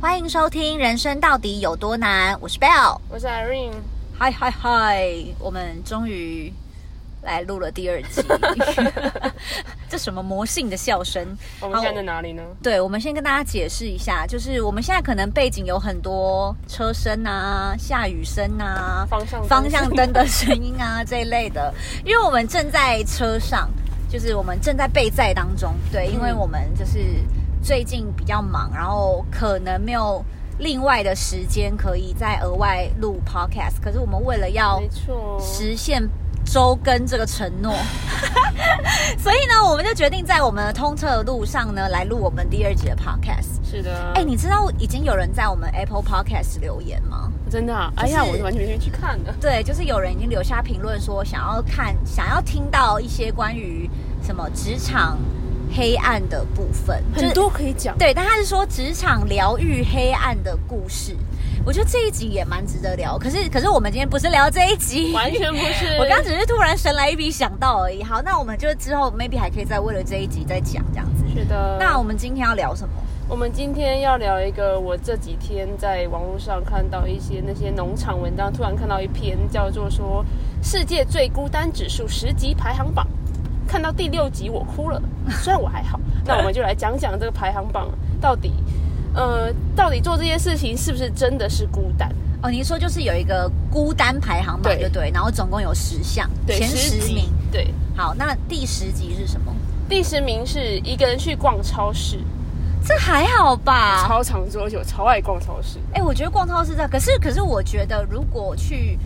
欢迎收听《人生到底有多难》，我是 Bell。我是 Irene，嗨嗨嗨！我们终于来录了第二 集，这什么魔性的笑声？我们现在在哪里呢？对，我们先跟大家解释一下，就是我们现在可能背景有很多车声啊、下雨声啊、方向灯方向灯的声音啊这一类的，因为我们正在车上， 就是我们正在备载当中。对，因为我们就是最近比较忙，然后可能没有另外的时间可以再额外录 podcast，可是我们为了要没错，实现周更这个承诺， 所以呢，我们就决定在我们的通车的路上呢，来录我们第二集的 podcast。是的。哎、你知道已经有人在我们 Apple Podcast 留言吗？真的、啊？哎呀，我完全没去看的。对，就是有人已经留下评论说想要看、想要听到一些关于什么职场黑暗的部分，就是很多可以 讲，对，但他是说职场疗愈黑暗的故事。我觉得这一集也蛮值得聊，可是可是我们今天不是聊这一集，完全不是。我刚只是突然神来一笔想到而已。好，那我们就之后 maybe 还可以再为了这一集再讲这样子。是的。那我们今天要聊什么？我们今天要聊一个，我这几天在网络上看到一些那些农场文章，突然看到一篇叫做说世界最孤单指数十级排行榜，看到第六集我哭了， 虽然我还好。那我们就来讲讲这个排行榜到底，呃，到底做这些事情是不是真的是孤单？哦，您说就是有一个孤单排行榜，对就对，然后总共有十项，对，前十十集名。对。好，那第十集是什么？第十名是一个人去逛超市，这还好吧？超常做，而且我超爱逛超市。哎、我觉得逛超市这样，可是可是我觉得如果去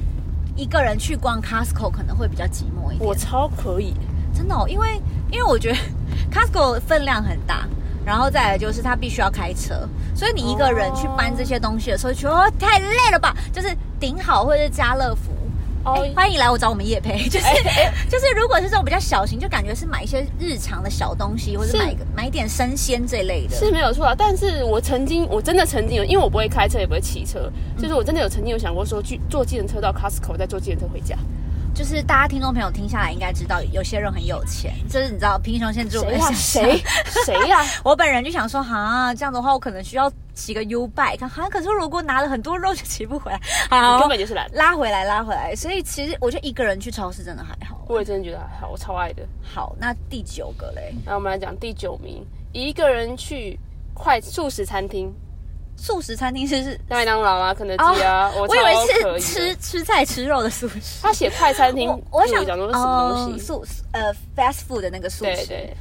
一个人去逛 Costco 可能会比较寂寞一点。我超可以，真的、哦，因为因为我觉得 Costco 分量很大，然后再来就是他必须要开车，所以你一个人去搬这些东西的时候，觉得哦太累了吧？就是顶好或者是家乐福。哦哎欢迎来我找我们叶培， 就是、哎哎就是，如果是这种比较小型，就感觉是买一些日常的小东西，或者是买一个买一点生鲜这类的。是没有错啊。但是我曾经，我真的曾经有，因为我不会开车，也不会骑车，就是我真的有曾经有想过说，去坐计程车到 Costco，再坐计程车回家。就是大家听众朋友听下来，应该知道有些人很有钱，就是你知道贫穷限制我们 谁的想象。呀、谁谁啊 呀、 我本人就想说，哈，这样的话我可能需要骑个 U bike，哈，可是如果拿了很多肉就骑不回来， 我好根，本就是懒。拉回来，拉回来。所以其实我觉得一个人去超市真的还好。我也真的觉得还好，我超爱的。好，那第九个嘞，那我们来讲第九名，一个人去快速食餐厅，素食餐厅是是，麦当劳啊、肯德基啊，我我超以可为以是吃。的吃菜吃肉的素食。他写快餐厅，我我想讲说什么东哦西？素素呃 fast food 的那个素对食，对，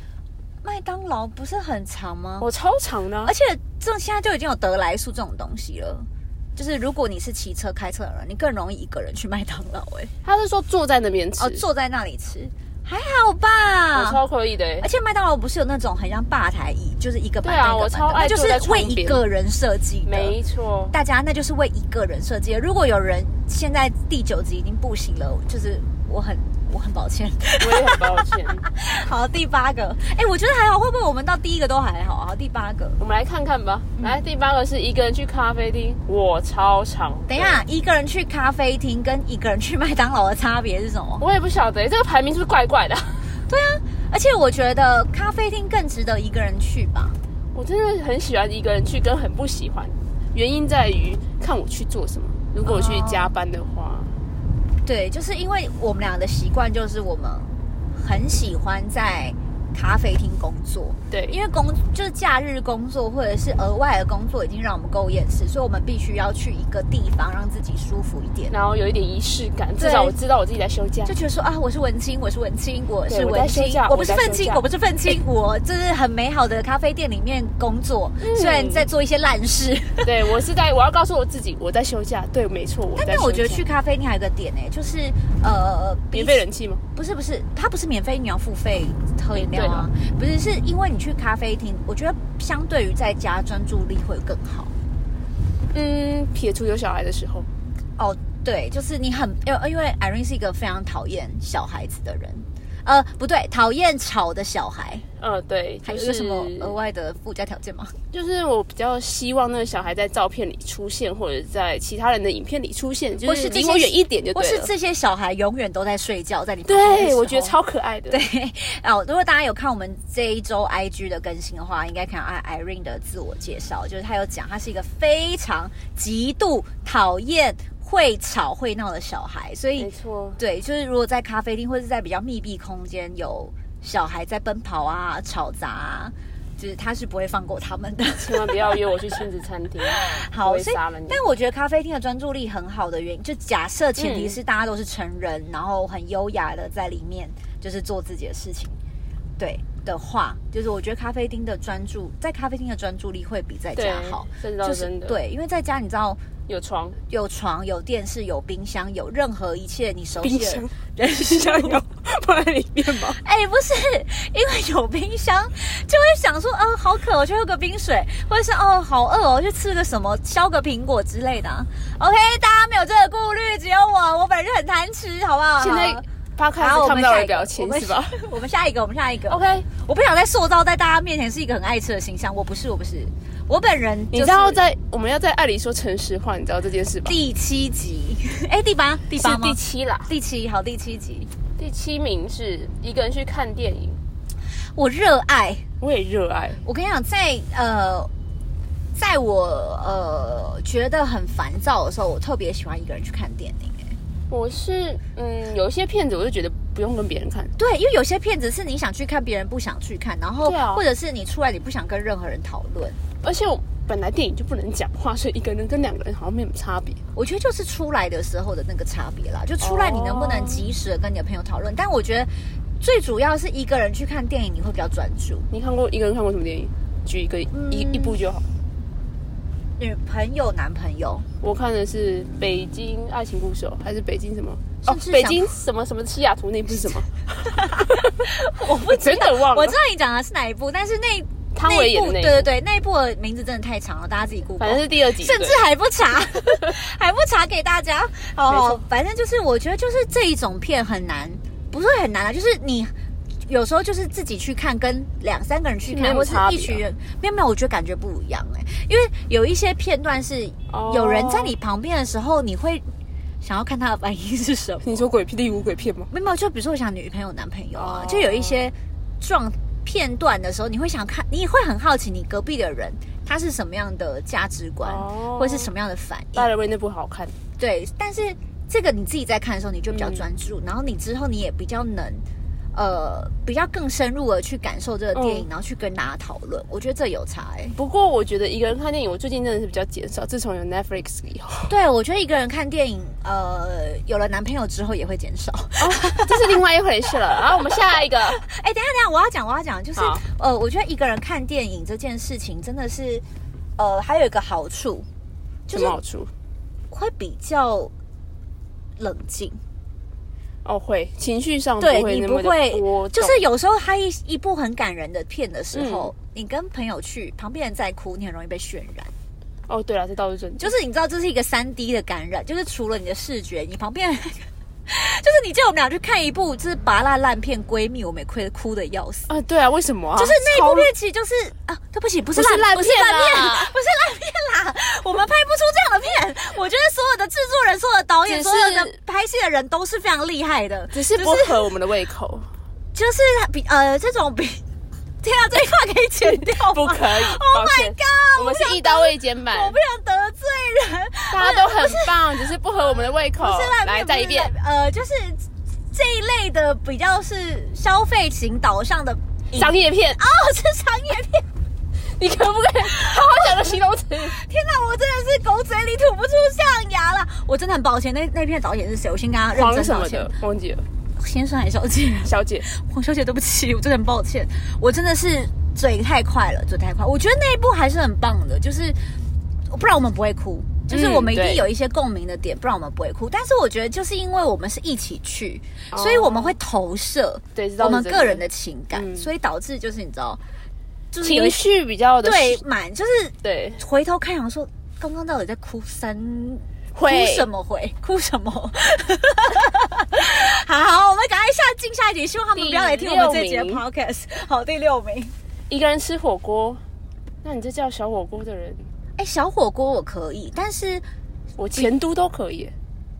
麦当劳不是很长吗？我超长的啊、哦而且这种现在就已经有得来速这种东西了。就是如果你是骑车、开车的人，你更容易一个人去麦当劳、哎，他是说坐在那边吃，哦，坐啊在那里吃还好我吧。超可以的、欸而。且麦当劳不是有那种很像吧台椅，就是一个板对啊凳一我个超板凳，那爱就坐在是为窗一边个人设计的。没错，大家那就是为一个人设计的。如果有人现在第九集已经不行了，就是我很我很抱歉。 我也很抱歉。好，第八个，哎、我觉得还好，会不会我们到第一个都还好啊？好第八个，我们来看看吧。嗯来，第八个是一个人去咖啡厅，我超长。等一下，一个人去咖啡厅跟一个人去麦当劳的差别是什么？我也不晓得、欸这个排名是不是怪怪的啊？ 而且我觉得咖啡厅更值得一个人去吧。我真的很喜欢一个人去，跟很不喜欢，原因在于看我去做什么。如果我哦去加班的话，对，就是因为我们俩的习惯就是我们很喜欢在咖啡厅工作，对，因因为为工就是假日工作或者是额外的工作已经让我们够厌世，所以我们必须要去一个地方让自己舒服一点，然后有一点仪式感，对至少我知道我自己在休假就。觉得说啊，我是文青，我是文青，我是对我文在休青，假不是我在愤休青，假我不是愤 青，我就是很美好的咖啡店里面工作，嗯虽然在做一些烂事，对我是在，我要告诉我自己我在休假。对，没错，我在休假。但我觉得去咖啡厅还有一个点呢、就是呃，比起免费人气吗？不是不是，它不是免费，你要付费喝饮料啊。不是，是因为你去咖啡厅，我觉得相对于在家专注力会更好。嗯，撇除有小孩的时候，呃哦，对，就是你很，因为因为 Irene 是一个非常讨厌小孩子的人。呃，不对，讨厌吵的小孩，呃，对，还就有是什么额外的附加条件吗？就是我比较希望那个小孩在照片里出现，或者在其他人的影片里出现，就或是是这离些我远一点就或对是了。这些小孩永远都在睡觉，在你旁边的时对，候我觉得超可爱的。 对。哦，如果大家有看我们这一周 IG 的更新的话，应该看到 Irene 的自我介绍，就是她有讲她是一个非常极度讨厌会吵会闹的小孩，所以没错，对，就是如果在咖啡厅或是在比较密闭空间有小孩在奔跑啊、吵杂啊，就是他是不会放过他们的。千万不要约我去亲子餐厅，我好，会所以杀了你。但我觉得咖啡厅的专注力很好的原因，就假设前嗯提是大家都是成人，然后很优雅的在里面就是做自己的事情，对的话，就是我觉得咖啡厅的专注，在咖啡厅的专注力会比在对家好，，这是就倒是真的。，对，因为在家你知道有床，有床、有电视、有冰箱、有任何一切你熟悉的。冰箱有放在里面吧？哎、不是，因为有冰箱，就会想说，嗯、好渴，我去喝个冰水，或者是哦，好饿哦，去吃个什么，削个苹果之类的、啊。OK，大家没有这个顾虑，只有我，我本人很贪吃，好不好？现在好八开好，始我看不们到我下的一表个，我情们是吧 我们下一个，我们下一个。 ？OK，我不想再塑造在大家面前是一个很爱吃的形象，我不是，我不是，我本人、就是。你知道在我们要在爱里说诚实话，你知道这件事吧？第七集？哎、第八，第八是吗第？七啦，第七，好，第七集，第七名是一个人去看电影，我热爱。我也热爱。我跟你讲，在呃，在我呃觉得很烦躁的时候，我特别喜欢一个人去看电影。哎我是嗯，有一些片子我就觉得不用跟别人看，对，因为有些片子是你想去看，别人不想去看，然后、对啊或者是你出来你不想跟任何人讨论。而且我本来电影就不能讲话，所以一个人跟两个人好像没什么差别。我觉得就是出来的时候的那个差别啦，就出来你能不能及时的跟你的朋友讨论。哦但我觉得最主要是一个人去看电影，你会比较专注。你看过一个人看过什么电影？举一个一、一部就好。女朋友、男朋友，我看的是《北京爱情故事》哦，还是北京什么？哦甚，至北想京什么什么西雅图那部是什么？我不真的忘了。我知道你讲的是哪一部，但是那汤那唯演的那一一部部，对对对，那一部的名字真的太长了，大家自己 Google。反正是第二集，甚至对还不 查，还不查给大家。没哦错，反正就是我觉得就是这一种片很难，不是很难啊，就是你。有时候就是自己去看，跟两三个人去没看，有或是差别一啊群人，没有没有，我觉得感觉不一样哎、因为有一些片段是哦有人在你旁边的时候，你会想要看他的反应是什么。你说鬼片第五鬼片吗？没有没有，就比如说我想女朋友、男朋友啊哦就有一些状片段的时候，你会想看，你会很好奇你隔壁的人他是什么样的价值观哦或是什么样的反应。大人为那部好看，对，但是这个你自己在看的时候，你就比较专注，嗯然后你之后你也比较能，呃，比较更深入的去感受这个嗯电影，然后去跟大家讨论。我觉得这有差哎、不过我觉得一个人看电影，我最近真的是比较减少。自从有 Netflix 以后，对，我觉得一个人看电影，呃，有了男朋友之后也会减少。哦， 这是另外一回事了。然后我们下一个，哎、等一下等一下，我要讲，我要讲，就是好呃，我觉得一个人看电影这件事情真的是，呃，还有一个好处，就什是么好处？会比较冷静。哦，会情绪上不对会你那不么的会波，就动嗯是有时候他一一部很感人的片的时候，你跟朋友去，旁边人在哭，你很容易被渲染。哦，对了，这倒是真的，就是是你知道这是一个三 D 的感染，就是除了你的视觉，你旁边人 就是你叫我们俩去看一部就是拔蜡烂片闺蜜，我们也哭哭的要死。啊，对啊，为什么啊？就是那一部超片，其实就是啊，对不起，不是不是烂烂，不是片啊烂片啊啦， 不是烂片啦，啊我们拍不出这样的片。我觉得所有的制作人、所有的导演、只所是有的拍戏的人都是非常厉害的，只是不合我们的胃 口，就是比呃这种比， 天啊，这一块可以剪掉吗？不可以。抱 Oh my 歉 god！我们是一刀未剪版，我不想得罪人。大家都很棒，只是不合我们的胃口不是。烂片来，再一遍不，是烂呃，就是这一类的比较是消费型导向的影商业片，哦，是商业片。你可不可以好好讲个形容词？天哪，我真的是狗嘴里吐不出象牙了！我真的很抱歉，那那片导演是谁？我先跟他认黄真什道么歉的，，忘记了，先生还是小姐？小姐，黄小姐，对不起，我真的很抱歉，我真的是嘴太快了，嘴太快。我觉得那一部还是很棒的，就是不然我们不会哭，就是嗯我们一定对有一些共鸣的点，不然我们不会哭。但是我觉得就是因为我们是一起去，所以我们会投射哦对知道我们是真的个人的情感，嗯所以导致就是你知道，就是有一情绪比较的对满，就是对回头看，想说刚刚到底在哭三哭会什么会？ 哭什么？好好，我们赶快下进下一集，希望他们不要来听我们这一集的第六 podcast。好，第六名。一个人吃火锅，那你这叫小火锅的人，哎、小火锅我可以，但是我前都都可以。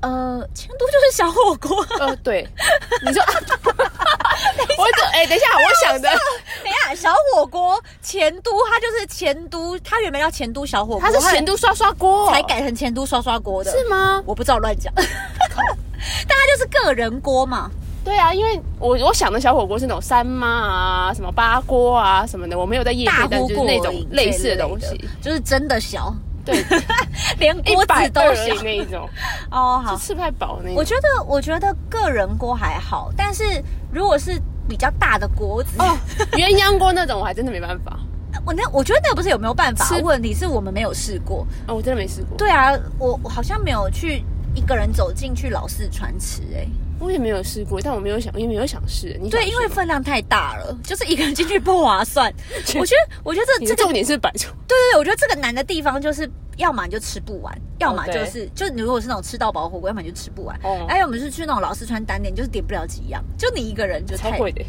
呃，成都就是小火锅。呃，对， 你说，啊、我怎哎、等一下，我想的， 等一下，小火锅前都，它就是前都，它原本叫前都啊小火锅， 他是前都刷刷锅，后来才改成前都刷刷锅的，是吗？我不知道我乱讲， 但它就是个人锅嘛。对啊，因为我我想的小火锅是那种三妈啊、什么八锅啊什么的，我没有在夜大店，但锅就是锅那那种类似的东西，，就是真的小，对， 连一锅百子都二小那一种，哦。好就，吃不太饱那一我种。觉得我觉得个人锅还好，但是如果是比较大的锅子，哦，鸳鸯锅那种我还真的没办法， 我那我觉得那个不是有没有办法吃问题，是我们没有试过。哦，我真的没试过，对啊，我我好像没有去一个人走进去老四川吃哎、欸我也没有试过，但我没有想，我也没有想试。你想对，试因为吗分量太大了，就是一个人进去不划 算。我觉得我觉得你这这的个重点是摆出，对对对，我觉得这个难的地方就是，要么你就吃不完，要么就哦对是、就你如果是那种吃到饱火锅，要么你就吃不完。哦还有我们是去那种老四川单点，你就是点不了几样，就你一个人就超太贵的。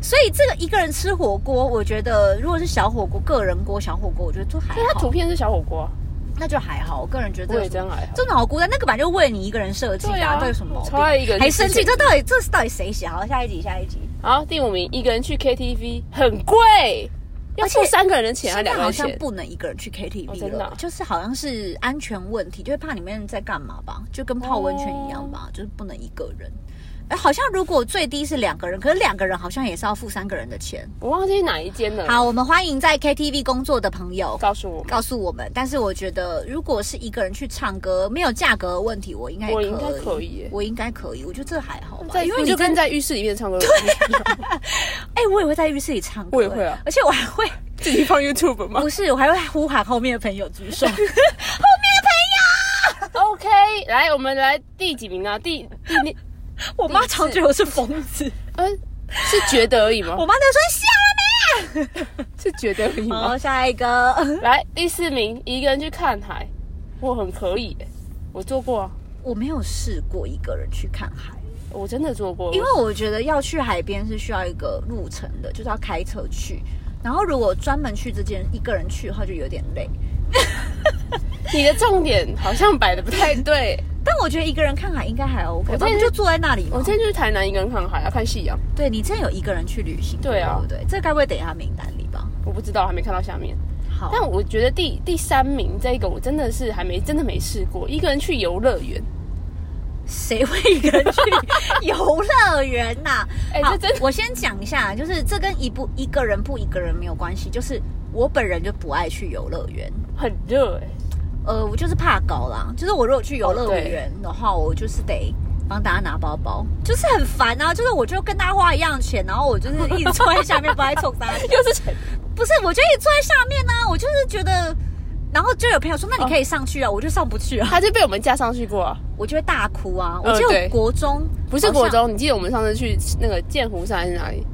所以这个一个人吃火锅，我觉得如果是小火锅、个人锅、小火锅，我觉得都还但它好图，片是小火锅啊，那就还好。我个人觉得我也这样还好。真的好孤单，那个本来就为你一个人设计对的、啊到底有什么毛病？超爱一个人还生气，吃这到底这是到底谁写？好，下一集，下一集。好，第五名，一个人去 KTV 很贵，要付而且三个人的钱还现是在两个好人像钱？不能一个人去哦 KTV 真的了，啊就是好像是安全问题，就会怕里面在干嘛吧，就跟泡温泉一样哦吧，就是不能一个人。哎，好像如果最低是两个人，可是两个人好像也是要付三个人的钱。我忘记哪一间了。，好，我们欢迎在 KTV 工作的朋友告诉我们，告诉我们。但是我觉得，如果是一个人去唱歌，没有价格的问题，我应该我可以应该可以耶我应该可以，我觉得这还好吧，在因为你你就跟跟在浴室里面唱歌，哎、我也会在浴室里唱歌，哎我也会啊而且我还会 自己放 YouTube 吗不是，我还会呼喊后面的朋友举 手。 ？OK，来，我们来第几名啊？第第第，我妈常觉得我是疯子，呃，是觉得而已吗我？妈就说你笑了是觉得而已没？吗好，？下一个，来，第四名，一个人去看海，我很可以耶，我做过啊， 我没有试过一个人去看海，我真的做过，因为我觉得要去海边是需要一个路程的，就是要开车去。然后如果专门去这间一个人去的话，就有点累。你的重点好像摆的不太哎对。但我觉得一个人看海应该还 OK，我吧之前不就坐在那里吗我之前就是台南一个人看海啊，看夕阳，对你之前有一个人去旅行，对啊对不对？这该不会等一下名单里吧？我不知道，还没看到下面。好，但我觉得第第三名这个我真的是还没真的没试过，一个人去游乐园，谁会一个人去游乐园呐？ 哎好这真的我先讲一下，就是这跟一不一个人不一个人没有关系，就是我本人就不爱去游乐园。很热哎、呃，我就是怕高啦，就是我如果去游乐园的话，我就是得帮大家拿包包，就是很烦啊。就是我就跟大家花一样钱，然后我就是一直坐在下面，不爱冲大 家。又是钱，不是，我就一直坐在下面呢、我就是觉得，然后就有朋友说，那你可以上去啊，我就上不去啊，他就被我们架上去过啊，我就会大哭啊。呃我记得对我国中不是好像国中，你记得我们上次去那个剑湖山还是哪里，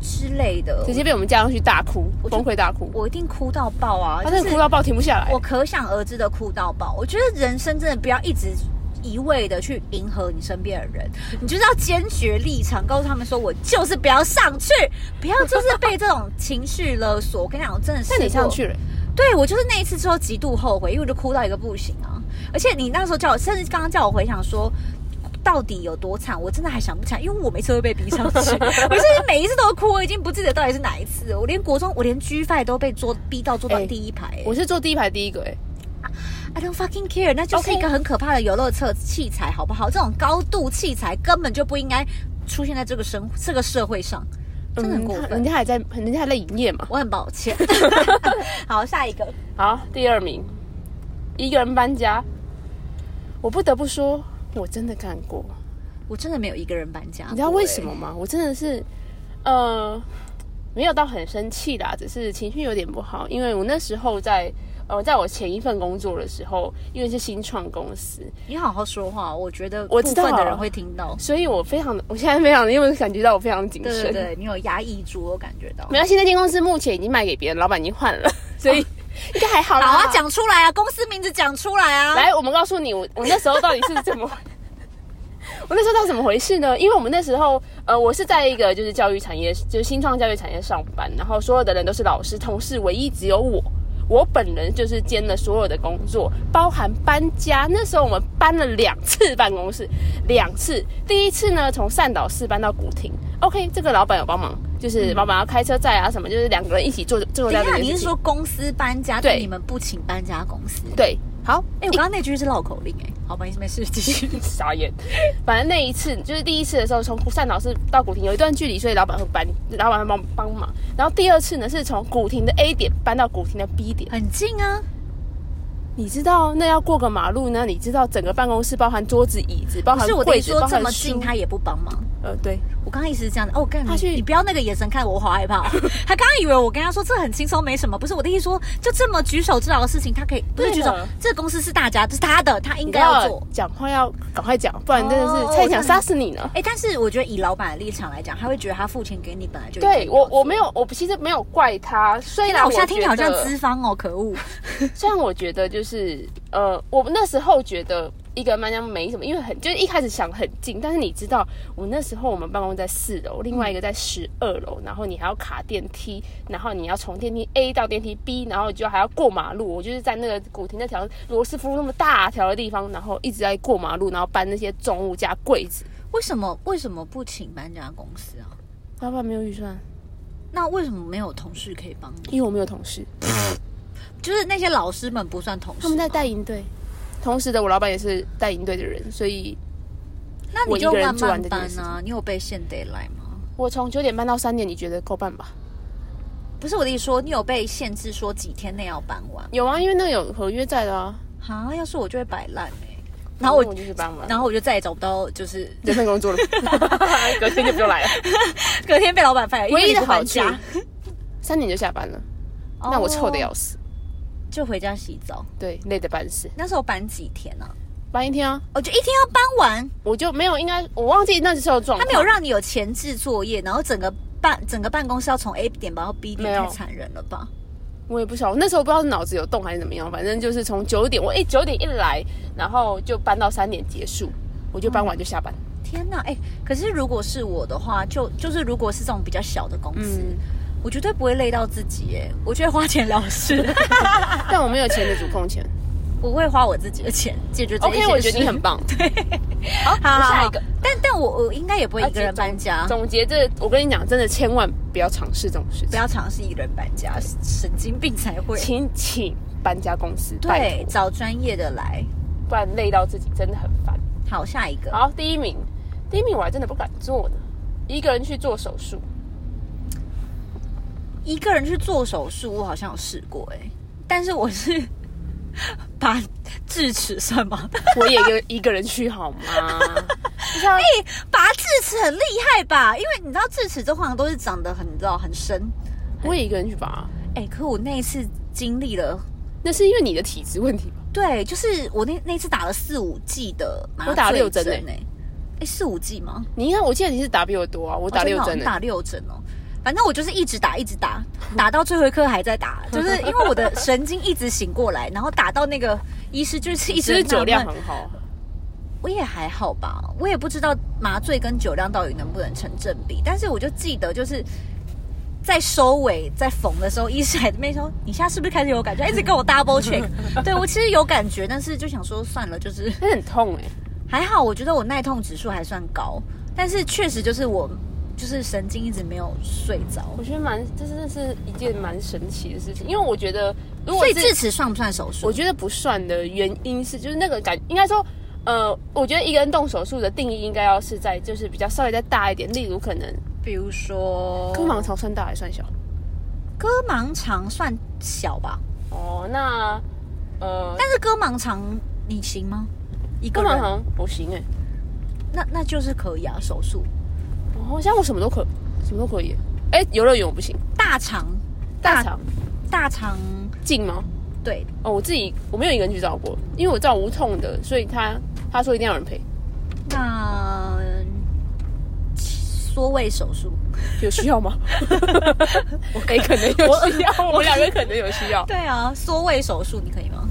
之类的，直接被我们架上去大哭，我就崩溃大哭，我一定哭到爆啊！他真的就是哭到爆，停不下来我。可想而知的哭到爆。我觉得人生真的不要一直一味的去迎合你身边的人，你就是要坚决立场，告诉他们说我就是不要上去，不要就是被这种情绪勒索。我跟你讲，我真的 是但你上去了，对我就是那一次之后极度后悔，因为我就哭到一个不行啊！而且你那时候叫我，甚至刚刚叫我回想说。到底有多惨？我真的还想不起来，因为我每次都会被逼上去，我 甚至每一次都哭，我已经不记得到底是哪一次了。我连国中，我连 G Five 都被坐逼到坐到哎第一排、哎我是坐第一排第一个哎、 I don't fucking care，那就是 OK 一个很可怕的游乐设器材，好不好？这种高度器材根本就不应该出现在这个生这个社会上，真的很过嗯他分。人家还在，人家还在营业嘛。我很抱歉。 好，下一个，好，第二名，一个人搬家，我不得不说，我真的干过。我真的没有一个人搬家，你知道为什么？吗？我真的是，呃，没有到很生气啦，只是情绪有点不好，因为我那时候在。呃，在我前一份工作的时候，因为是新创公司，你好好说话，我觉得我部知道啊分的人会听到。所以我非常的，我现在非常的，因为感觉到我非常谨对慎。对对，你有压抑住，我感觉到没。关系，那间公司目前已经卖给别人，老板已经换了，所以应该还好哦好啦。啊，讲出来啊，公司名字讲出来啊。来，我们告诉你，我我那时候到底是怎么， 我那时候到底怎么回事呢？因为我们那时候，呃，我是在一个就是教育产业，就是新创教育产业上班，然后所有的人都是老师，同事唯一只有我。我本人就是兼了所有的工作，包含搬家。那时候我们搬了两次办公室，两次。第一次呢，从善导市搬到古亭。OK，这个老板有帮忙，就是老板要开车载啊什么，就是两个嗯人一起做等一做到这下，件你事是情。说公司搬家，对但你们不请搬家公司？对，好，哎、我刚刚那句是绕口令哎、好吧，没事没事，继 续。傻眼。反正那一次就是第一次的时候，从古善老师到古亭有一段距离，所以老板会搬，老板会帮帮忙。然后第二次呢，是从古亭的 A 点搬到古亭的 B 点。很近啊，你知道那要过个马路呢，你知道整个办公室包含桌子、椅子，包不含是我跟柜你子，说包这含么书近，他也不帮忙。呃对，我刚刚意思是这样的哦，干他你去你不要那个眼神看我，我好害 怕。他刚刚以为我跟他说这很轻松，没什么。不是我的意思说，就这么举手之劳的事情，他可以不是对啊举手了，这个公司是大家，这是他的，他应你该要做。讲话要赶快讲，不然真的是哦差点想杀死你呢。哎、但是我觉得以老板的立场来讲，他会觉得他付钱给你本来就应该对要我，做我没有，我其实没有怪他。虽然那我我现在听起来好像觉得资方哦，可恶。虽然我觉得就是呃，我那时候觉得一个人搬家没什么，因为很就是一开始想很近，但是你知道，我那时候我们办公在四楼，另外一个在十二楼，然后你还要卡电梯，然后你要从电梯 A 到电梯 B，然后就还要过马路。我就是在那个古亭那条罗斯福路那么大条的地方，然后一直在过马路，然后搬那些重物加柜子。为什么为什么不请搬家公司啊？老板没有预算，那为什么没有同事可以帮你？因为我没有同事，就是那些老师们不算同事，他们在带营队。同时的，我老板也是带营队的人，所以那你我一就个人慢做完慢这件搬事啊。你有被限 d a y l i n e 吗？我从九点半到三点，你觉得够办吧？不是我的意思说，你有被限制说几天内要搬完？有啊，因为那个有合约在的啊。啊，要是我就会摆烂哎、然后我，那就是搬完，然后我就再也找不到，就是 这份工作了， 隔天就不用来了。 隔天被老板 fire，因为唯一你的不搬好哦处家，三点就下班了，那我臭的要死，死，就回家洗澡。对，累得半死。那时候搬几天啊？搬一天啊，我就一天要搬完，我就没有，应该我忘记那时候的状他况没。有让你有前置作业，然后整个办整个办公室要从 A 点搬到 B 没点，有太残忍了吧？我也不晓得，那时候不知道是脑子有洞还是怎么样，反正就是从九点，我一九点一来，然后就搬到三点结束，我就搬完就下班。天哪，哎、可是如果是我的话，就就是如果是这种比较小的公司，嗯我绝对不会累到自己、哎，我觉得花钱了事，但我没有钱的主 控钱。我会花我自己的钱解决这一些 OK，事。我觉得 你很 棒。对，好，好下一个。，啊但但我我应该也不会一个人搬家，总结这，我跟你讲，真的千万不要尝试这种事情不。要尝试一个人搬家，神经病才会。请请搬家公司，拜对，找专业的来。托，不然累到自己真的很烦。好，下一个。好，第一名，第一名我还真的不敢做呢，一个人去做手术，一个人去做手术，我好像有试过哎、但是我是 拔智齿算吗？ 我也一个一个人去好 吗？就是要哎、拔智齿很厉害吧？因为你知道智齿这好像都是长得很你知道很深。我也一个人去吧，哎、可我那一次经历了，那是因为你的体质问题吧？对，就是我那那一次打了四五剂的麻醉我打了六针哎、欸哎、四五剂吗？你应该，我记得你是打比我多啊，我打哦真六的哦针你呢、打六针哦。反正我就是一直打，一直打，打到最后一刻还在打，就是因为我的神经一直醒过来，然后打到那个医师就是一只直是酒量纳闷很好，啊我也还好吧，我也不知道麻醉跟酒量到底能不能成正比，但是我就记得就是在收尾在缝的时候，医生还在那边说你现在是不是开始有感觉，一直跟我 double check，对我其实有感觉，但是就想说算了，就是但是很痛哎、还好，我觉得我耐痛指数还算高，但是确实就是我就是神经一直没有睡着，我觉得蛮，这真的是一件蛮神奇的事情，因为我觉得如果所以是智齿算不算手术？我觉得不算的原因是，就是那个感，应该说，呃，我觉得一个人动手术的定义应该要是在，就是比较稍微再大一点，例如可能比如说割盲肠算大还算小？割盲肠算小吧，哦，那呃，但是割盲肠你行吗？一割个人盲肠不行哎、欸，那那就是可以啊，手术哦，像我什么都可，什么都可以欸、哎、游乐园我不行，大肠大肠大肠近吗？对，哦，我自己我没有一个人去照过，因为我照无痛的， 所以他他说一定要有人陪。那嗯缩胃手术。有需 要吗？我可以可能有需要，我们两个可能有需要。对啊，缩胃手术你可以吗？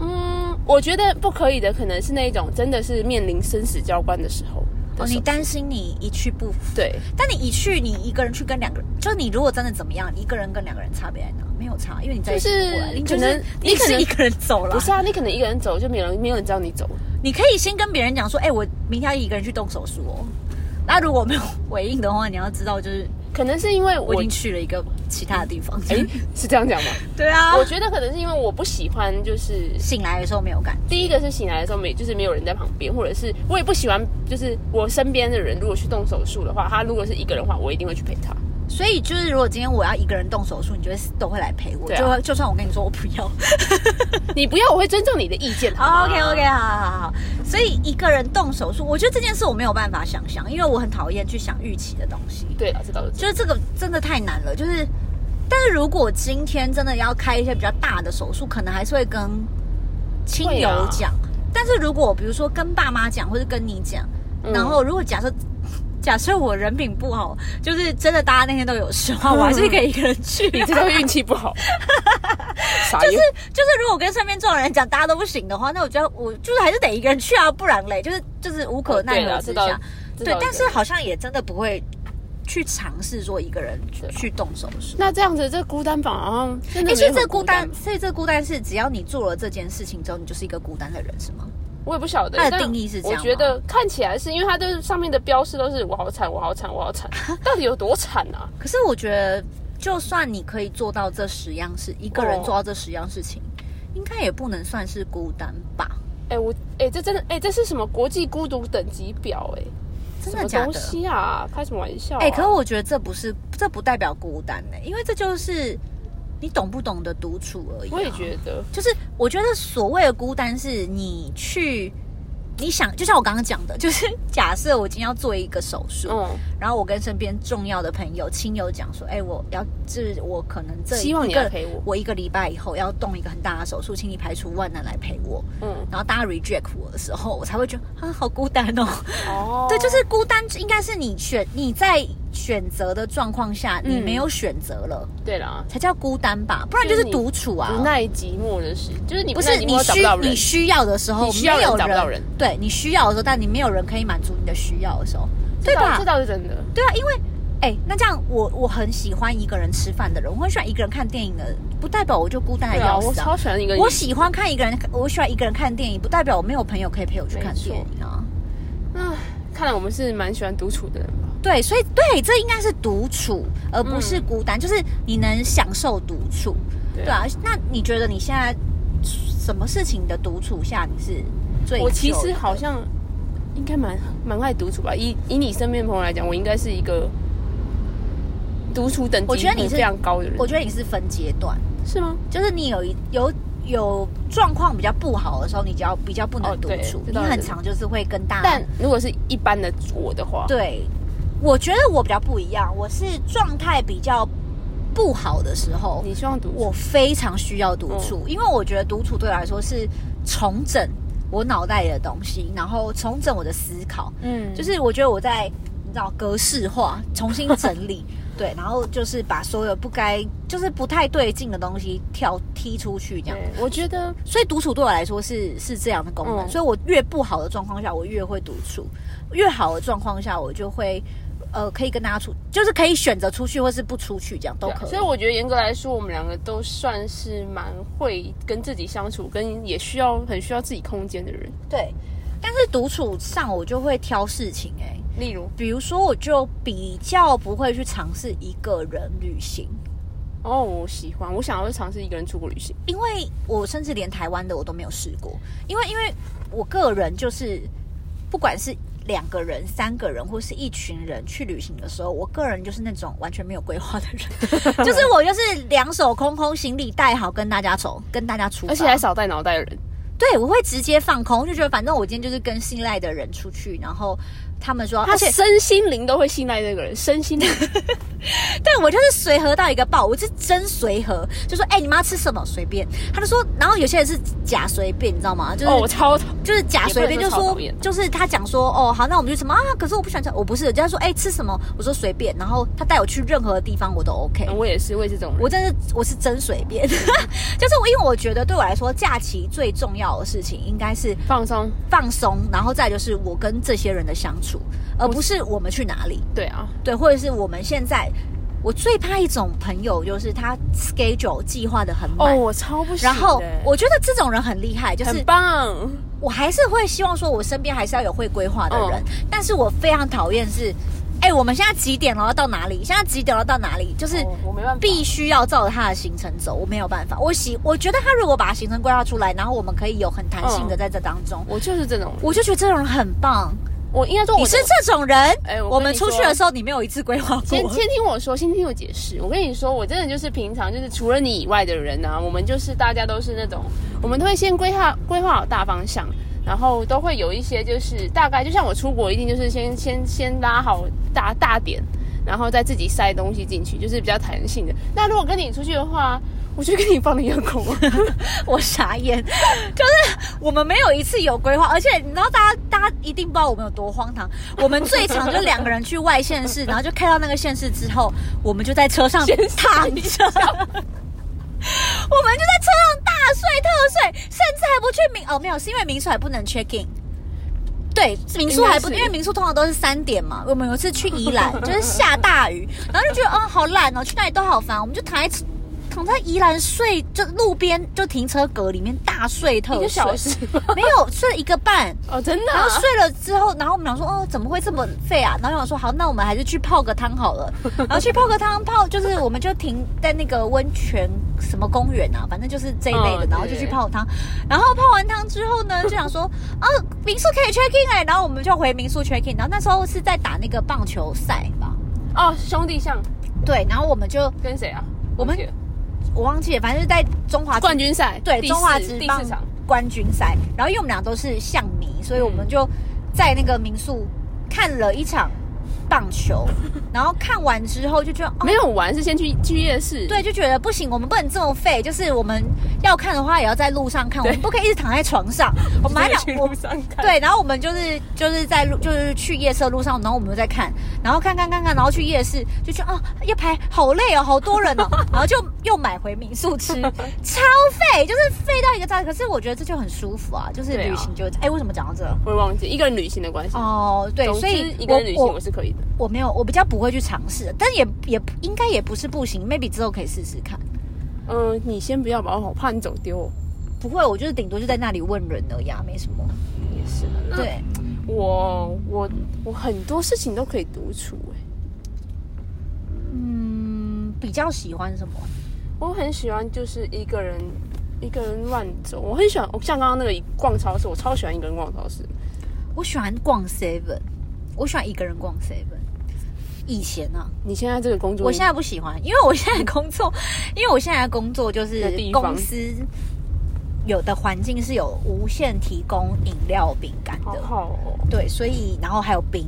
嗯，我觉得不可以的，可能是那种真的是面临生死交关的时候的哦，手你担心你一去不复，对，但你一去，你一个人去跟两个人，就是你如果真的怎么样，你一个人跟两个人差别在哪？没有差，因为你在就是国外你可就能是你你可是能一个人走了，不是啊，你可能一个人走就没有人没有人知道你走，你可以先跟别人讲说，哎、我明天要一个人去动手术哦。那如果没有回应的话，你要知道就是可能是因为我我已经去了一个其他的地方。 哎、是这样讲吗？ 对啊，我觉得可能是因为我不喜欢就是醒来的时候没有感觉。第一个是醒来的时候没，就是没有人在旁边，或者是我也不喜欢，就是我身边的人如果去动手术的话，他如果是一个人的话，我一定会去陪他。 所以就是，如果今天我要一个人动手术，你就会都会来陪我。对啊就会就算我跟你说我不 要。哦你不要，我会尊重你的意见。好吗嗯 OK OK，好好好好。所以一个人动手术，我觉得这件事我没有办法想象，因为我很讨厌去想预期的东西。对了，这倒是真的。就是这个真的太难了。就是，但是如果今天真的要开一些比较大的手术，可能还是会跟亲会啊友讲。但是如果比如说跟爸妈讲，或者跟你讲，嗯然后如果假设。假设我人品不好，就是真的大家那天都有事的话，我还是可以一个人去。啊嗯 你这叫运气不好，傻眼。 就是如果跟身边这种人讲，大家都不行的话，那我觉得我就是还是得一个人去啊，不然嘞，就是就是无可奈哦对啦何这之倒下。这倒对，但真是的好像也真的不会去尝试说一个人去对啊去动手术。那这样子，这孤单榜好像真的哎，没所以有这很孤孤单单，。所以这孤单是只要你做了这件事情之后，你就是一个孤单的人，是吗？我也不晓得它的但定义是这样吗我觉得看起来是因为它的上面的标示都是我好惨，我好惨，我好惨， 到底有多惨啊？可是我觉得，就算你可以做到这十样事，一个人哦做到这十样事情，应该也不能算是孤单吧？哎、我哎、这真的哎、这是什么国际孤独等级表哎、真什的么假东的？西啊？开什么玩笑、啊？哎、可我觉得这不是，这不代表孤单呢、因为这就是你懂不懂得独处而已、我也觉得，得，就是我觉得所谓的孤单，是你去。你想，就像我刚刚讲的，就是 假设我今天要做一个手术，嗯，然后我跟身边重要的朋友、亲友讲说：“哎、我要治，我可能这希望你一个来陪我我一个礼拜以后要动一个很大的手术，请你排除万难来陪我。”嗯，然后大家 reject 我的时候，我才会觉得啊，好孤单哦。哦，对，就是孤单，应该是你选你在选择的状况下，你嗯没有选择了，对啦，才叫孤单吧？不然就是独处啊。不耐寂寞的事，就是你不耐是寂你寞找需不到人你，需要的时候，你需要没人有找不到人对你需要的时候，但你没有人可以满足你的需要的时候，对这倒吧？这倒是真的，对啊，因为哎、那这样我我很喜欢一个人吃饭的人，我很喜欢一个人看电影的，不代表我就孤单的对啊，要我死啊。超喜欢一个人，我喜欢看一个人，我喜欢一个人看电影，不代表我没有朋友可以陪我去看电影啊。啊，看来我们是蛮喜欢独处的人吧？对，所以对，这应该是独处，而不是嗯孤单，就是你能享受独处，对啊。那你觉得你现在什么事情的独处下你是最？我其实好像应该蛮蛮爱独处吧，以以你身边的朋友来讲，我应该是一个独处等级我觉得你是非常高的人，我觉得你是分阶段，是吗？就是你有一有有状况比较不好的时候，你就要比较不能哦独对处，这你倒是很常就是会跟大家。但如果是一般的我的话，啊对，我觉得我比较不一样，我是状态比较不好的时候，你希望独处我非常需要独处，嗯因为我觉得独处对我来说是重整我脑袋里的东西，然后重整我的思考，嗯，就是我觉得我在你知道格式化，重新整 理。对，然后就是把所有不该，就是不太对劲的东西跳踢出去，这样。对，我觉得所以独处对我来说是是这样的功能，嗯所以我越不好的状况下，我越会独处；越好的状况下，我就会呃可以跟大家出，就是可以选择出去或是不出去，这样都对啊可以。所以我觉得严格来说，我们两个都算是蛮会跟自己相处，跟也需要很需要自己空间的人。对，但是独处上我就会挑事情哎、欸例如，比如说我就比较不会去尝试一个人旅行，哦，我喜欢，我想要尝试一个人出国旅行。因为我甚至连台湾的我都没有试过，因为因为我个人就是不管是两个人、三个人或是一群人去旅行的时候，我个人就是那种完全没有规划的 人，就是我就是两手空空，行李带好跟大家走，跟大家出发，而且还少带脑哦袋的人，对我会直接放空，就觉得反正我今天就是跟信赖的人出去，然后他们说，啊他而且身心灵都会信赖这个人，身心灵对我就是随和到一个爆，我是真随和，就说哎、你们要吃什么随便，他就说，然后有些人是假随便，你知道吗？就是、哦，我超讨就是假随便，也就不能说说讨厌就是他讲说哦好，那我们就什么啊？可是我不喜欢吃，我不是，人家说哎、吃什么，我说随便，然后他带我去任何地方我都 OK，、厌，我也是，我也是这种人。我真是我是真随便， 就是我因为我觉得对我来说假期最重要的事情应该是放松，放松，然后再就是我跟这些人的相处，而不是我们去哪里。对啊，对，或者是我们现在，我最怕一种朋友，就是他 schedule 计划的很哦，满。我超不喜然欢。后我觉得这种人很厉害，就是很棒，我还是会希望说，我身边还是要有会规划的人，嗯但是我非常讨厌是，哎、我们现在几点了？要到哪里？现在几点了？要到哪里？就是哦我没办法必须要照着他的行程走，我没有办法。我喜，我觉得他如果把行程规划出来，然后我们可以有很弹性的嗯在这当中，我就是这种人。我就觉得这种人很棒。我应该说我你的是这种人，哎我跟我们你出去说的时候你没有一次规划过。先先听我说，先听我解释。我跟你说，我真的就是平常就是除了你以外的人啊，我们就是大家都是那种，我们都会先规划规划好大方向，然后都会有一些就是大概，就像我出国一定就是先先先拉好大大点，然后再自己塞东西进去，就是比较弹性的。那如果跟你出去的话，我就跟你放的一样空啊。 我傻眼，就是我们没有一次有规划，而且你知道，大家大家一定不知道我们有多荒唐。我们最常就两个人去外县 市，然后就开到那个县市之后，我们就在车上先躺着。我们就在车上大睡特睡，甚至还不去民哦，没有，是因为民宿还不能 check in。对，民宿还不应该因是为民宿通常都是三点嘛。我们有一次去宜兰，就是下大雨，然后就觉得嗯好懒哦，去那里都好烦，我们就躺在躺在宜兰睡，就路边就停车格里面大睡特一睡，个小时 没有睡了一个半。 哦， 真的、然啊后。睡了之后，然后我们想说，哦，怎么会这么废啊？然后我想说，好，那我们还是去泡个汤好 了。然后去泡个汤，泡就是我们就停在那个温泉什么公园啊，反正就是这一类的，嗯然后就去泡汤。然后泡完汤之后 呢，就想说，啊，民宿可以 check in 哎、然后我们就回民宿 check in。然后那时候是在打那个棒球赛吧，哦，兄弟像对，然后我们就跟谁啊？我们忘记了我忘记了，反正是在中华冠军赛，对第四中华职第棒四场。冠军赛，然后因为我们俩都是象迷，所以我们嗯就在那个民宿看了一场棒 球，然后看完之后就觉得哦。没有玩是先去去夜市，对，就觉得不行，我们不能这么废，就是我们要看的话，也要在路上看，我们不可以一直躺在床上。 我们还就想是去，我路上 看。对，然后我们就是就是在路，就是去夜市的路上，然后我们就在看，然后看看看看，然后去夜市就觉得啊，要排好累哦，好多人哦， 然后就又买回民宿 吃，超费，就是费到一个炸。可是我觉得这就很舒服啊，就是对啊旅行就哎、为什么讲到这？会忘记一个人旅行的关系。哦，对，总之所以一个我人旅行我我是可以的。我没有，我比较不会去尝试，但也也应该也不是不行，maybe 之后可以试试看。嗯、你先不要吧，我好怕你走丢、哦。不会，我就是顶多就在那里问人而已啊，没什么。也是的，那对，我我我很多事情都可以独处、欸，嗯，比较喜欢什么？我很喜欢就是一个人一个人乱走，我很喜欢，我像刚刚那个逛超市，我超喜欢一个人逛超市。我喜欢逛 Seven，我喜欢一个人逛 Seven。以前啊，你现在这个工作，我现在不喜欢，因为我现在工作， 因为我现在工作就是的地方公司有的环境是有无限提供饮料、饼干好的，好哦，对，所以然后还有冰。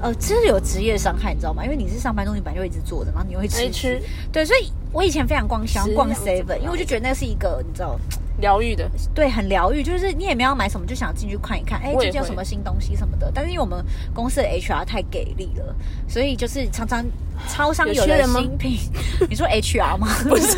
呃，这是有职业伤害，你知道吗？因为你是上班族，你本来就一直坐着，然后你会吃爱哎吃对，所以我以前非常逛，喜欢逛食量怎么 Seven，因为我就觉得那是一个你知道，疗愈的，对，很疗愈，就是你也没有要买什么，就想进去看一看，哎，我最也近有会什么新东西什么的。但是因为我们公司的 HR 太给力了，所以就是常常超商有有缺的人吗新品，你说 HR 吗？不是，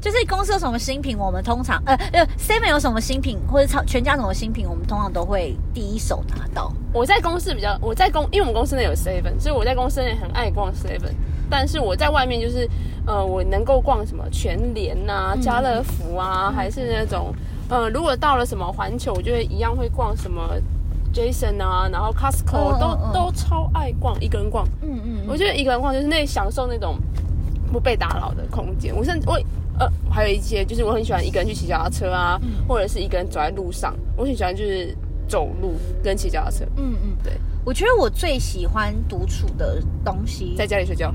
就是公司有什么新品，我们通常呃呃 Seven 有什么新品，或者超全家有什么新品，我们通常都会第一手拿到。我在公司比较，我在公，因为我们公司内有 seven，所以我在公司内很爱逛 seven。但是我在外面就是，呃，我能够逛什么全联呐、嗯家乐福啊，还是那种，呃，如果到了什么环球，我就会一样会逛什么 Jason 啊，然后 Costco 嗯都、嗯嗯都超爱逛，一个人逛。嗯嗯我觉得一个人逛就是那享受那种不被打扰的空间。我甚我呃，还有一些就是我很喜欢一个人去骑脚踏车啊，嗯或者是一个人走在路上，我很喜欢就是走路跟骑脚踏车。嗯嗯，对。我觉得我最喜欢独处的东西，在家里睡觉。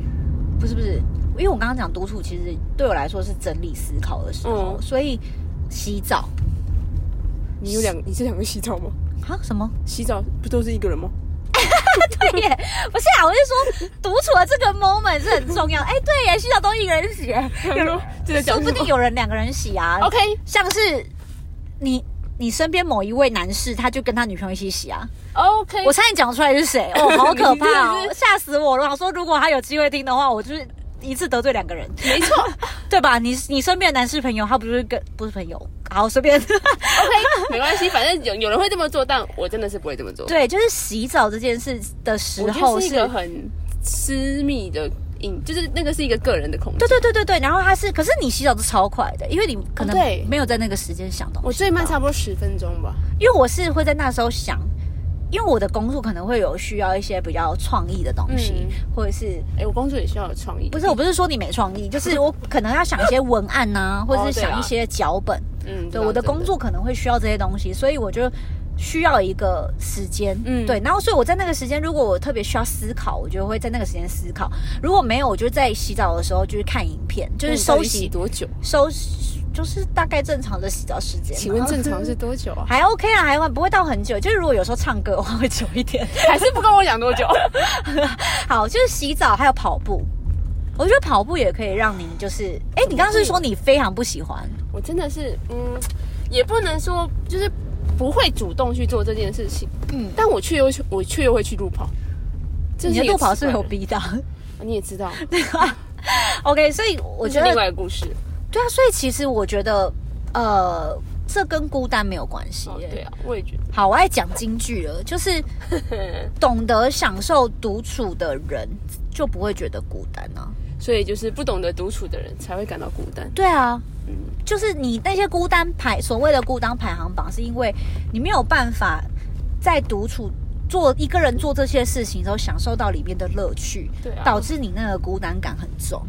不是不是，因为我刚刚讲独处，其实对我来说是整理思考的时候，嗯所以洗澡你有两，你是两个洗澡吗？啊什 么？洗澡不都是一个人吗？ 对耶，不是啊，我是说独处的这个 moment 是很重要。哎，对耶，洗澡都一个人洗耶，他说这说在讲不什定么哦有人两个人洗啊。 ？OK，像是你你身边某一位男士，他就跟他女朋友一起洗啊。 OK，我差点讲出来是谁，哦，好可怕 你真哦的，吓死我了！我想说如果他有机会听的话，我就是一次得罪两个人，没错对吧？你你身边的男士朋友，他不是跟不是朋友，好随便。 ，OK，没关系，反正有有人会这么做，但我真的是不会这么做。对，就是洗澡这件事的时我觉候得是是一个很私密的隐，就是那个是一个个人的空间对。对对对对，然后他是，可是你洗澡是超快的，因为你可能哦对没有在那个时间想东西。我最慢差不多十分钟吧。因为我是会在那时候想，因为我的工作可能会有需要一些比较创意的东西，嗯或者是哎、我工作也需要有创意。不是我，不是说你没创意， 就是我可能要想一些文案呐、或者是对啊想一些脚本。嗯，对，我的工作可能会需要这些东西，所以我就需要一个时间，嗯，嗯对。然后，所以我在那个时间，如果我特别需要思考，我就会在那个时间思考；如果没有，我就在洗澡的时候就是看影片，就真的是那你到休底嗯洗息、多久？收拾，就是大概正常的洗澡时间。请问然后正常是多久啊？ 还 OK 啦，还不会到很久。就是如果有时候唱歌的话，会久一点。 还是不跟我讲多久？好，就是洗澡还有跑步，我觉得跑步也可以让你就是，哎，你刚刚是说你非常不喜欢， 我真的是，嗯，也不能说就是不会主动去做这件事情，嗯，但我却又我却又会去路跑。这你是的一个路跑奇是怪有的逼到。人，你 也知道， OK，所以我我觉是得另外一个故事。对啊，所以其实我觉得，呃，这跟孤单没有关系、 哦耶。对啊，我也觉得，好，我爱讲京剧了，就是 懂得享受独处的人，就不会觉得孤单啊。所以就是不懂得独处的人才会感到孤单。对啊，嗯就是你那些孤单排所谓的孤单排行榜，是因为你没有办法在独处。做一个人做这些事情的时候，享受到里面的乐趣，对啊导致你那个孤单感很重。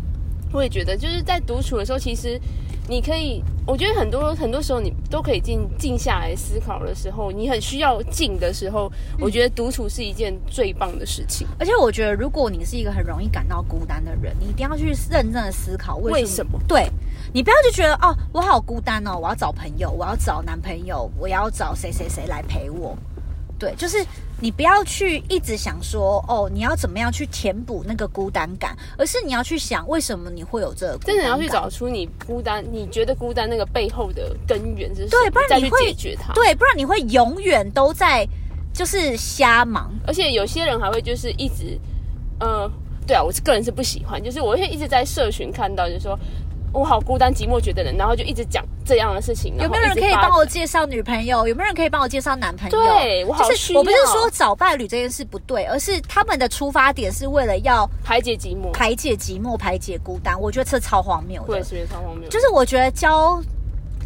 我也觉得，就是在独处的时候，其实你可以，我觉得很多很多时候你都可以静静下来思考的时候，你很需要静的时候，我嗯觉得独处是一件最棒的事情。而且我觉得，如果你是一个很容易感到孤单的人，你一定要去认真的思考为为什什么。么？对你不要就觉得哦，我好孤单哦，我要找朋友，我要找男朋友，我要找谁谁谁来陪我。对，就是你不要去一直想说哦，你要怎么样去填补那个孤单感，而是你要去想为什么你会有这个孤单真感的要去找出你孤单，你觉得孤单那个背后的根源是什么？对不然再你去会解决它。对，不然你会永远都在就是瞎忙。而且有些人还会就是一直，呃，对啊，我个人是不喜欢，就是我会一直在社群看到，就是说我好孤单、寂寞、觉得冷，然后就一直讲这样的事情。然有后没有人一直可以发帮我介绍女朋友？有没有人可以帮我介绍男朋友？对我好就需是要我不是说找伴侣这件事不对，而是他们的出发点是为了要排解寂寞？排解寂寞、排解孤单，我觉得这超荒谬我也的。是觉得超荒谬。就是我觉得交，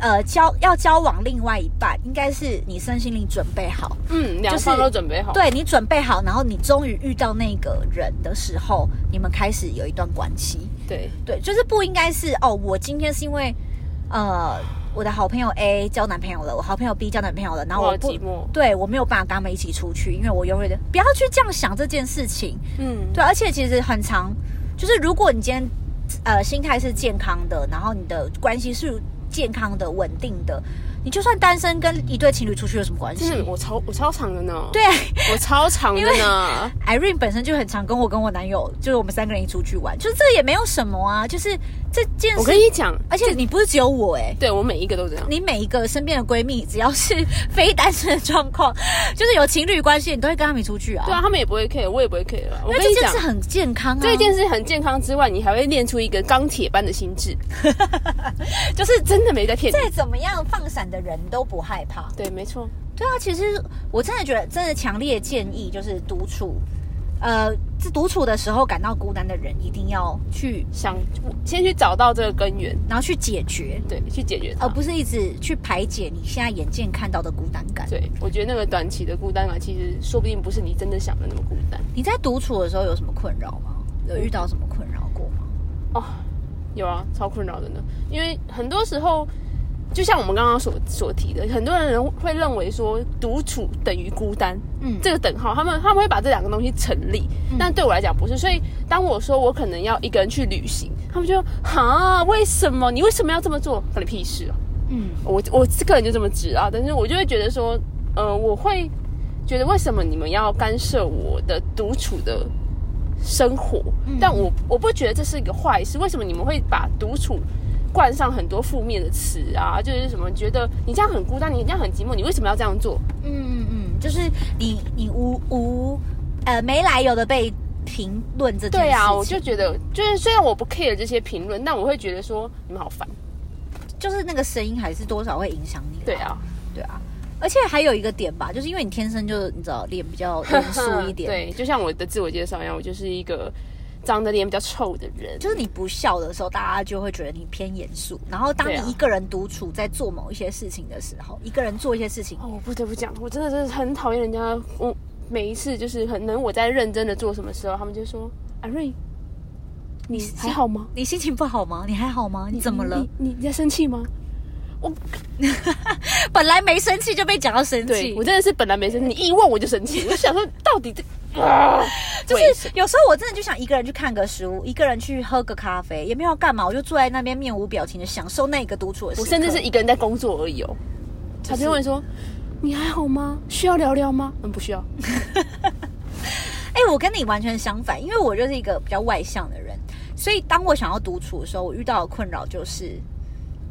呃，交要交往另外一半，应该是你身心灵准备好，嗯，两就是方都准备好。对你准备好，然后你终于遇到那个人的时候，你们开始有一段关系。对对，就是不应该是哦，我今天是因为，呃，我的好朋友 A 交男朋友了，我好朋友 B 交男朋友了，然后我好我不寂寞对我没有办法跟他们一起出去，因为我永远的不要去这样想这件事情。嗯，对，而且其实很长，就是如果你今天呃心态是健康的，然后你的关系是健康的、稳定的，你就算单身跟一对情侣出去有什么关系真？的，我超我超长的呢，对我超长的 呢。 ，Irene 本身就很常跟我跟我男友，就是我们三个人一起出去玩，就是这也没有什么啊，就是这件我事跟。你讲，而且你不是只有我哎、对我每一个都这样。你每一个身边的闺蜜，只要是非单身的状况，就是有情侣关系，你都会跟他们一起出去啊。对啊，他们也不会 care，我也不会 care 啊。我因为跟你这件讲事，很健康啊。这件事很健康之外，你还会练出一个钢铁般的 心智，就是真的没在骗你。再怎么样放闪的人都不害怕。对，没错，对啊，其实我真的觉得，真的强烈建议就是独处，呃，自独处的时候感到孤单的人，一定要去，想先去找到这个根源，然后去解决，对，去解决它。哦而不是一直去排解你现在眼见看到的孤单感。对，我觉得那个短期的孤单啊感，其实说不定不是你真的想的那么孤单你在独处的时候有什么困扰吗？有遇到什么困扰过吗？哦。有啊，超困扰的呢，因为很多时候，就像我们刚刚所所提的，很多人会认为说独处等于孤单，嗯，这个等号，他们他们会把这两个东西成立，但对我来讲不是。所以当我说我可能要一个人去旅行，他们就哈，为什么你为什么要这么做？关你屁事啊！嗯我我这个人就这么直啊，但是我就会觉得说，嗯、呃，我会觉得为什么你们要干涉我的独处的生活？嗯但我我不觉得这是一个坏事。为什么你们会把独处冠上很多负面的词啊？就是什么觉得你这样很孤单，你这样很寂寞，你为什么要这样做？嗯嗯，就是你你无无呃没来由的被评论这件事情。对啊，我就觉得，就是虽然我不 care 这些评论，但我会觉得说你们好烦。就是那个声音还是多少会影响你。对，啊，对啊。而且还有一个点吧，就是因为你天生就你知道脸比较严 肃一点，，对，就像我的自我介绍一样，我就是一个长得脸比较臭的人。就是你不笑的时候，大家就会觉得你偏严肃。然后当对啊你一个人独处，在做某一些事情的时候，一个人做一些事情，哦，我不得不讲，我真的真的很讨厌人家。我每一次就是可能我在认真的做什么时候，他们就说：“阿瑞，你是还好吗？你心情不好吗？你还好吗？你怎么了？你你你在生气吗？”本来没生气就被讲到生对气我，真的是本来没生气，你一问我就生气，我就想说到底这 啊，为什就是有时候我真的就想一个人去看个书，一个人去喝个咖啡，也没有要干嘛，我就坐在那边面无表情的享受那个独处的时我刻。甚至是一个人在工作而已哦。他就问说：“你还好吗？需要聊聊吗？”嗯，不需要。哎、我跟你完全相反，因为我就是一个比较外向的人，所以当我想要独处的时候，我遇到的困扰就是，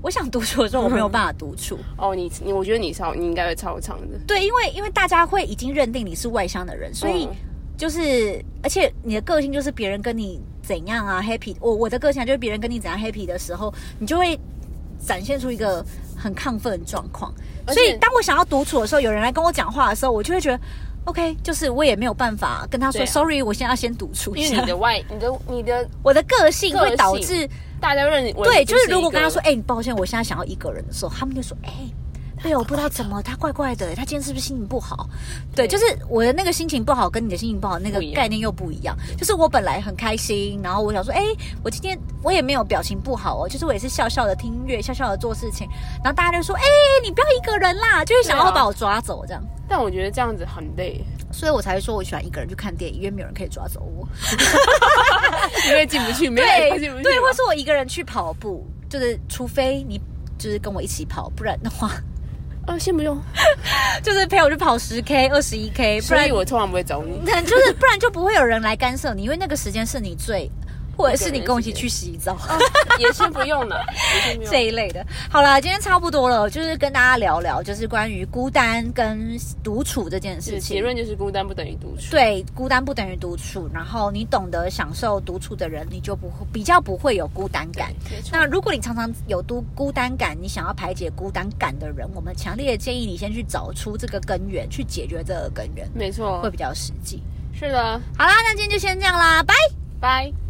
我想独处的时候我没有办法独处。哦，你你，我觉得你超，你应该会超长的。 对，因为因为大家会已经认定你是外向的人，所以嗯就是，而且你的个性就是别人跟你怎样啊 happy，我我的个性啊就是别人跟你怎样 happy 的时候，你就会展现出一个很亢奋的状况。而所且以当我想要独处的时候，有人来跟我讲话的时候，我就会觉得。OK，就是我也没有办法跟他说、对啊 sorry，我现在要先独处一因下。为你的外，你的你的，我的个性个会性导致大家认为对，你就是如果一跟他个说，哎、你抱歉，我现在想要一个人的时候，他们就说，哎、对，我不知道怎么，他怪怪的，他今天是不是心情不好？对，就对是我的那个心情不好，跟你的心情不好那个不一样概念又不一样。就是我本来很开心，然后我想说，哎、我今天我也没有表情不好哦，就是我也是笑笑的听音乐，笑笑的做事情，然后大家就说，哎、你不要一个人啦，就是想要对啊把我抓走这样。但我觉得这样子很累，所以我才会说我喜欢一个人去看电影，因为没有人可以抓走我。因为进不去，没有人会进不去。对，或是我一个人去跑步，就是除非你就是跟我一起跑，不然的 话呃，先不用。就是陪我去跑十 K、二十一 K，不所然以我通常不会找你。可能就是不然就不会有人来干涉你，因为那个时间是你最，或者是你跟我一起去洗澡。 也先不用了，也先不用。这一类的，好啦，今天差不多了，就是跟大家聊聊，就是关于孤单跟独处这件是事结情。论就是孤单不等于独处。对，孤单不等于独处，然后你懂得享受独处的人，你就不会比较不会有孤单感。没错，那如果你常常有孤孤单感，你想要排解孤单感的人，我们强烈的建议你先去找出这个根源，去解决这个根源，没会错，比较实际。是的，好啦，那今天就先这样啦，拜。拜。